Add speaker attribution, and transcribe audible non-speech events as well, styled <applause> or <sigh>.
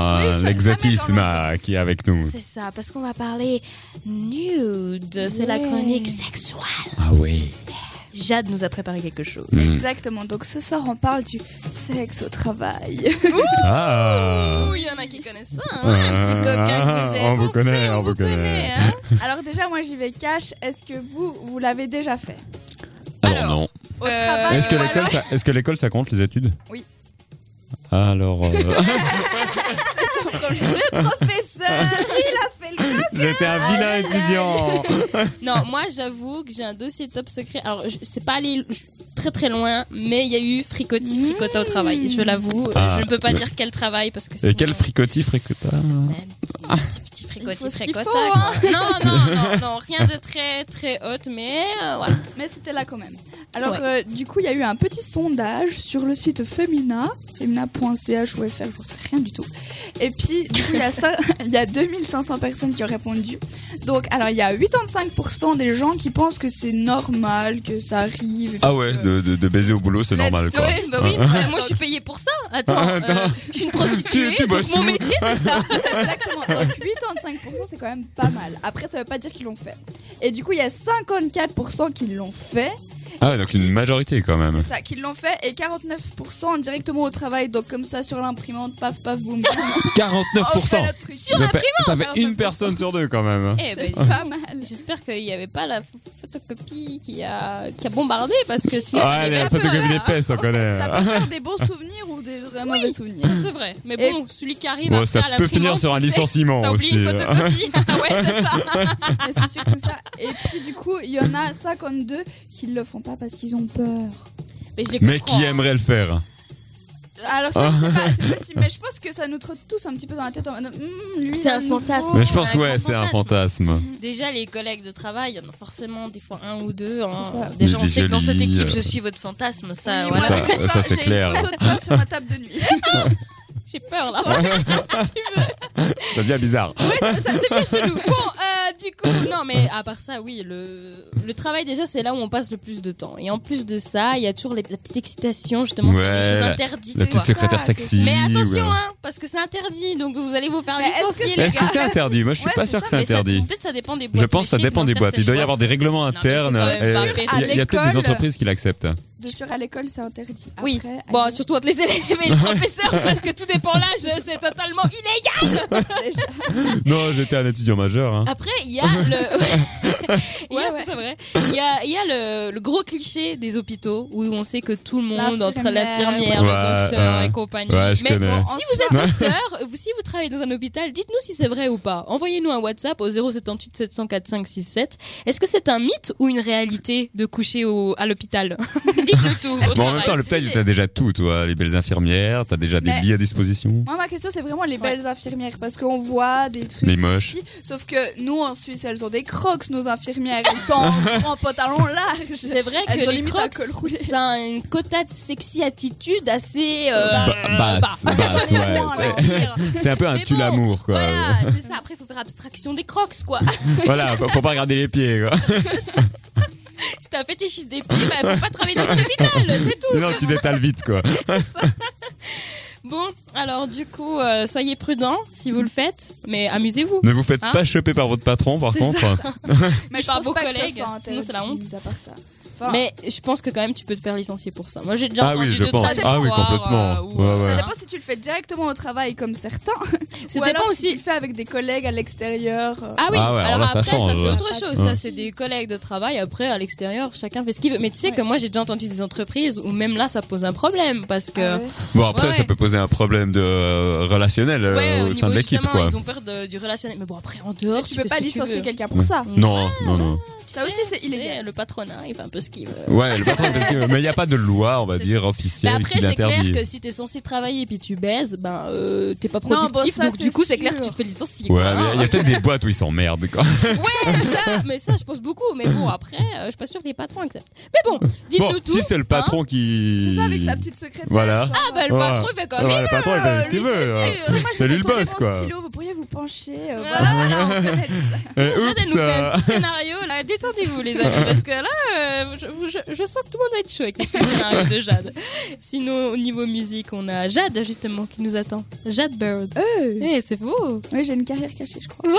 Speaker 1: hein, l'exotisme euh, qui est avec nous.
Speaker 2: C'est ça, parce qu'on va parler nude. C'est la
Speaker 3: Ouais.
Speaker 2: chronique sexuelle.
Speaker 1: Ah oui.
Speaker 4: Jade nous a préparé quelque chose.
Speaker 1: Mm. Hmm.
Speaker 3: Exactement. Donc ce soir, on parle du sexe au travail.
Speaker 1: <laughs> Ah.
Speaker 2: il y en a qui connaissent ça. hein.
Speaker 1: Ah, on vous connaît, on vous connaît.
Speaker 2: hein.
Speaker 3: Alors déjà, moi, j'y vais cash. Est-ce que vous, vous l'avez déjà fait <laughs>
Speaker 1: Alors non.
Speaker 3: au
Speaker 2: Euh,
Speaker 3: travail
Speaker 1: Est-ce que
Speaker 3: ou alors-
Speaker 1: l'école, ça, est-ce que l'école, ça compte les études
Speaker 3: Oui.
Speaker 1: Alors, euh,
Speaker 3: Le professeur, il a fait le.
Speaker 1: <laughs> j'étais un vilain étudiant.
Speaker 2: Non, moi j'avoue que j'ai un dossier top secret. Alors, je- c'est pas allé j- très très loin, mais il y a eu fricotis, fricotin au travail. Je l'avoue,
Speaker 1: Ah,
Speaker 2: je ne peux pas
Speaker 1: le-
Speaker 2: dire quel travail parce que
Speaker 1: Et
Speaker 2: sinon-
Speaker 1: quel fricotis, fricota
Speaker 2: Ouais, un petit, petit, petit fricotis,
Speaker 3: Il faut ce qu'il
Speaker 2: fricotin,
Speaker 3: faut,
Speaker 2: quoi. Non, non, non, non, rien de très très haute, mais euh, voilà.
Speaker 3: Mais c'était là quand même. Alors euh, du coup, il y a eu un petit sondage sur le site Femina, femina.ch ou fr, j'en sais rien du tout. Et puis du coup, il y a ça, <laughs> il y a 2500 personnes qui ont répondu. Donc alors, il y a 85% des gens qui pensent que c'est normal que ça arrive.
Speaker 1: Ah ouais,
Speaker 3: Que-
Speaker 1: de, de- de baiser au boulot, c'est
Speaker 2: Let's
Speaker 1: normal
Speaker 2: do
Speaker 1: quoi.
Speaker 2: it. Bah oui, bah, moi je suis payée pour ça. Attends,
Speaker 1: Attends.
Speaker 2: euh, je suis une prostituée,
Speaker 1: Ah, Tu- tu bosses
Speaker 2: donc mon
Speaker 1: où
Speaker 2: métier c'est
Speaker 1: <laughs>
Speaker 2: ça.
Speaker 3: Exactement. Donc 85%, c'est quand même pas mal. Après, ça veut pas dire qu'ils l'ont fait. Et du coup, il y a 54% qui l'ont fait.
Speaker 1: Ah ouais, donc une majorité quand même.
Speaker 3: C'est ça, qui l'ont fait. Et 49% directement au travail. Donc comme ça, sur l'imprimante, paf, paf, boum. boum. On fait
Speaker 1: 49%
Speaker 3: notre truc.
Speaker 1: Ça fait, ça fait
Speaker 3: 49%.
Speaker 1: une personne sur deux quand même.
Speaker 2: Eh
Speaker 3: C'est
Speaker 2: ben,
Speaker 3: pas mal.
Speaker 2: J'espère qu'il n'y avait pas la photocopie qui a, qui a bombardé parce que sinon.
Speaker 1: Ah,
Speaker 2: je
Speaker 1: elle
Speaker 2: l'ai
Speaker 1: est la
Speaker 2: pas fait.
Speaker 1: photocopie des fesses, on connaît.
Speaker 3: Ça peut faire des bons souvenirs ou des vraiment mauvais souvenirs.
Speaker 2: C'est vrai. Mais bon, celui qui arrive
Speaker 1: Bon,
Speaker 2: après
Speaker 1: ça
Speaker 2: à la
Speaker 1: peut finir
Speaker 2: imprimante,
Speaker 1: sur un
Speaker 2: tu sais,
Speaker 1: licenciement
Speaker 2: T'as oublié
Speaker 1: aussi. euh. hein.
Speaker 2: une
Speaker 1: <laughs>
Speaker 2: photocopie. Ah ouais, c'est ça.
Speaker 3: Mais c'est surtout ça. Et puis du coup, il y en a 52 qui le font pas parce qu'ils ont peur.
Speaker 2: Mais je les
Speaker 1: Mais
Speaker 2: comprends,
Speaker 1: qui
Speaker 2: hein.
Speaker 1: aimerait le faire
Speaker 3: Alors ça, je sais pas, c'est possible. Mais je pense que ça nous trotte tous un petit peu dans la tête. en mode, Hmm, lui,
Speaker 2: C'est
Speaker 3: à
Speaker 2: un
Speaker 3: nouveau.
Speaker 2: fantasme.
Speaker 1: Mais je pense,
Speaker 2: Oh, C'est un
Speaker 1: ouais,
Speaker 2: grand
Speaker 1: c'est un
Speaker 2: fantasme.
Speaker 1: fantasme.
Speaker 2: Déjà, les collègues de travail, il y en a forcément des fois un ou deux. hein.
Speaker 3: C'est ça.
Speaker 1: Des-
Speaker 2: Déjà, on
Speaker 1: des
Speaker 2: sait que dans cette
Speaker 1: jolis,
Speaker 2: équipe,
Speaker 1: euh,
Speaker 2: je suis votre fantasme. Ça,
Speaker 3: Oui,
Speaker 2: voilà.
Speaker 1: Ça-
Speaker 3: voilà,
Speaker 1: ça, c'est
Speaker 3: j'ai
Speaker 1: clair.
Speaker 3: une photo de toi sur ma table de nuit.
Speaker 2: J'ai peur là.
Speaker 1: Ça devient bizarre.
Speaker 2: Ouais, ça, ça devient chelou. Bon, euh, du coup, non, mais à part ça, oui, le, le travail, déjà, c'est là où on passe le plus de temps. Et en plus de ça, il y a toujours les, la petite excitation, justement,
Speaker 1: Ouais,
Speaker 2: les choses interdites.
Speaker 1: La petite
Speaker 2: quoi.
Speaker 1: secrétaire
Speaker 3: ça, c'est-
Speaker 1: sexy.
Speaker 2: Ah, Mais attention,
Speaker 1: ouais.
Speaker 2: hein, parce que c'est interdit, donc vous allez vous faire
Speaker 3: Mais est-ce que
Speaker 2: licencier,
Speaker 3: c'est-
Speaker 2: les
Speaker 1: Est-ce que
Speaker 2: gars.
Speaker 1: c'est interdit Moi, je suis
Speaker 3: Ouais,
Speaker 1: pas
Speaker 3: c'est
Speaker 1: sûr que
Speaker 3: ça,
Speaker 1: c'est
Speaker 2: Mais ça,
Speaker 1: interdit.
Speaker 2: Peut-être ça dépend des boîtes.
Speaker 1: Je pense que ça
Speaker 2: mais chez
Speaker 1: dépend des
Speaker 2: dans
Speaker 1: boîtes. Il doit y
Speaker 2: certaines
Speaker 1: avoir des réglements
Speaker 2: mais c'est
Speaker 1: internes.
Speaker 2: quand même
Speaker 1: euh,
Speaker 2: pas
Speaker 1: Il y a- il y a peut-être des
Speaker 3: l'école.
Speaker 1: entreprises qui l'acceptent.
Speaker 3: De sûr à l'école, c'est interdit. Après,
Speaker 2: Oui.
Speaker 3: à
Speaker 2: Bon,
Speaker 3: l'école,
Speaker 2: surtout entre les élèves et les professeurs, <laughs> parce que tout dépend l'âge, c'est totalement illégal. <laughs>
Speaker 3: déjà.
Speaker 1: Non, j'étais un étudiant majeur. hein.
Speaker 2: Après, il y a
Speaker 1: <laughs>
Speaker 2: le. Il y a-
Speaker 3: Ouais, ouais.
Speaker 2: c'est vrai. Il y a, il y a le, le gros cliché des hôpitaux où on sait que tout le monde, entre
Speaker 3: L'infirmière.
Speaker 2: l'infirmière,
Speaker 1: Ouais,
Speaker 2: le docteur
Speaker 1: ouais.
Speaker 2: et compagnie.
Speaker 1: Ouais, je
Speaker 2: Ah, Mais
Speaker 1: connais.
Speaker 2: bon,
Speaker 3: Bon,
Speaker 2: si
Speaker 3: enfin.
Speaker 2: vous êtes docteur, ou si vous travaillez dans un hôpital, dites-nous si c'est vrai ou pas. Envoyez-nous un WhatsApp au 078 700 4567. Est-ce que c'est un mythe ou une réalité de coucher au, à l'hôpital <laughs> Dites-le tout. au
Speaker 1: Bon, en
Speaker 2: travail.
Speaker 1: même temps, le
Speaker 3: si.
Speaker 1: tu t'as déjà tout, toi. Les belles infirmières, t'as déjà des
Speaker 3: Mais-
Speaker 1: lits à disposition.
Speaker 3: Moi, ma question, c'est vraiment les belles infirmières, parce qu'on voit des trucs.
Speaker 1: Les moches.
Speaker 3: sexy, sauf que nous, en Suisse, elles ont des crocs, nos infirmières. Elles
Speaker 1: <laughs>
Speaker 3: sont en grand pantalon large.
Speaker 2: C'est vrai
Speaker 3: Elles
Speaker 2: que
Speaker 3: ont
Speaker 2: les
Speaker 3: limite un
Speaker 2: crocs,
Speaker 3: col roulé.
Speaker 2: ça a une quota de sexy attitude assez... euh,
Speaker 1: Ba- basse,
Speaker 3: On est dans
Speaker 1: basse,
Speaker 3: les
Speaker 1: ouais.
Speaker 3: loin, là,
Speaker 1: ouais.
Speaker 3: on
Speaker 1: <laughs>
Speaker 3: va dire.
Speaker 1: C'est un peu un
Speaker 2: Mais bon,
Speaker 1: tue-l'amour, quoi. <laughs>
Speaker 2: Voilà, c'est ça. Après, il faut faire abstraction des crocs, quoi. <laughs>
Speaker 1: Voilà, faut faut pas regarder les pieds, quoi.
Speaker 2: si t'es un fétichiste des pieds, bah, faut pas travailler dans un hôpital, c'est tout.
Speaker 1: Sinon, tu détales vite, quoi.
Speaker 2: Bon, alors du coup, euh, soyez prudents si vous le faites, mais amusez-vous.
Speaker 1: Ne vous faites
Speaker 2: Hein
Speaker 1: pas choper par votre patron, par
Speaker 2: C'est
Speaker 1: contre.
Speaker 3: Mais je
Speaker 2: par
Speaker 3: pense
Speaker 2: vos
Speaker 3: pas que
Speaker 2: collègues,
Speaker 3: ça soit
Speaker 2: sinon c'est la
Speaker 3: interdit, à part ça. Enfin,
Speaker 2: Mais je pense que quand même, tu peux te faire licencier pour ça. Moi, j'ai déjà
Speaker 1: Ah
Speaker 2: entendu
Speaker 1: oui, je
Speaker 2: deux, trois
Speaker 1: pense. Ah oui,
Speaker 2: histoires,
Speaker 1: complètement.
Speaker 2: euh, où,
Speaker 1: Ouais,
Speaker 2: euh,
Speaker 1: ouais.
Speaker 3: Ça dépend si tu le fais directement au travail, comme certains.
Speaker 2: C'était
Speaker 3: ou alors
Speaker 2: pas
Speaker 3: si tu
Speaker 2: aussi-
Speaker 3: le fais avec des collègues à l'extérieur. euh,
Speaker 2: Ah oui,
Speaker 1: Ah ouais, alors
Speaker 2: alors,
Speaker 1: là, ça
Speaker 2: après, ça,
Speaker 1: change,
Speaker 2: c'est
Speaker 1: ouais. Hein.
Speaker 2: autre chose.
Speaker 3: Ouais.
Speaker 2: Ça, c'est des collègues de travail. Après, à l'extérieur, chacun fait ce qu'il veut. Mais tu sais
Speaker 3: Ouais.
Speaker 2: que moi, j'ai déjà entendu des entreprises où même là, ça pose un problème parce que. Oh,
Speaker 3: ah ouais.
Speaker 1: Bon, après,
Speaker 2: Ouais,
Speaker 1: ça
Speaker 2: ouais.
Speaker 1: peut poser un problème de euh, relationnel euh,
Speaker 2: Ouais,
Speaker 1: au, sein de
Speaker 2: niveau,
Speaker 1: l'équipe,
Speaker 2: justement,
Speaker 1: quoi.
Speaker 2: Ils ont peur de- du relationnel. Mais bon, après, en dehors,
Speaker 3: tu peux
Speaker 2: fais
Speaker 3: pas
Speaker 2: ce que
Speaker 3: licencier
Speaker 2: veux.
Speaker 3: quelqu'un pour ça.
Speaker 1: Non, non, non.
Speaker 2: Tu
Speaker 3: Ça aussi, c'est
Speaker 2: tu
Speaker 3: illégal.
Speaker 2: sais, Le patronat, il fait un peu ce qu'il veut.
Speaker 1: Ouais, le patron, parce que- mais il n'y a pas de loi, on va
Speaker 2: C'est
Speaker 1: dire,
Speaker 2: Mais
Speaker 1: officielle
Speaker 2: après,
Speaker 1: qui
Speaker 2: c'est clair
Speaker 1: l'interdit.
Speaker 2: que si t'es censé travailler et puis tu baises, ben euh, t'es pas
Speaker 3: Non,
Speaker 2: productif.
Speaker 3: bon, ça,
Speaker 2: donc
Speaker 3: c'est
Speaker 2: du coup, c'est
Speaker 3: sûr.
Speaker 2: clair que tu te fais licencier. <laughs>
Speaker 1: Ouais,
Speaker 2: quoi,
Speaker 1: mais
Speaker 2: hein.
Speaker 1: il y a peut-être des boîtes où ils s'emmerdent, quoi.
Speaker 2: Ouais, ça, mais ça, je pense beaucoup. Mais bon, après, euh, je suis pas sûre que les patrons acceptent. Mais bon, dites-nous
Speaker 1: Bon,
Speaker 2: tout.
Speaker 1: si c'est le patron
Speaker 2: hein.
Speaker 1: qui.
Speaker 3: C'est ça avec sa petite secrétaire.
Speaker 1: Voilà.
Speaker 3: genre, euh,
Speaker 2: Ah, bah, le
Speaker 1: Ouais.
Speaker 2: patron, il fait comme
Speaker 1: Ouais, le patron, il fait ce qu'il
Speaker 2: euh, lui,
Speaker 1: veut.
Speaker 2: c'est
Speaker 1: hein.
Speaker 2: sûr.
Speaker 3: Excusez-moi, j'ai
Speaker 1: C'est lui
Speaker 3: fait
Speaker 1: le
Speaker 3: tomber
Speaker 1: boss,
Speaker 3: mon
Speaker 1: quoi.
Speaker 3: stylo, vous pourriez vous penchée.
Speaker 2: Ah.
Speaker 3: euh, voilà, voilà, on connaît tout ça.
Speaker 1: Eh,
Speaker 2: Jade, elle nous
Speaker 1: oups,
Speaker 2: fait un
Speaker 1: euh,
Speaker 2: petit scénario, là, détendez-vous les amis, parce que là, euh, je, je- je sens que tout le monde va être chaud avec le petit scénario de Jade. Sinon, au niveau musique, on a Jade, justement, qui nous attend. Jade Bird.
Speaker 3: Euh,
Speaker 2: Eh, c'est beau
Speaker 3: ouais, j'ai une carrière cachée, je crois.